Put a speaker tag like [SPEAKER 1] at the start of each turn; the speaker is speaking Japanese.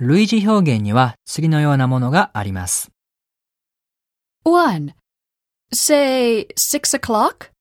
[SPEAKER 1] 類似表現には次のようなものがあります。
[SPEAKER 2] 1. Say 6 o'clock?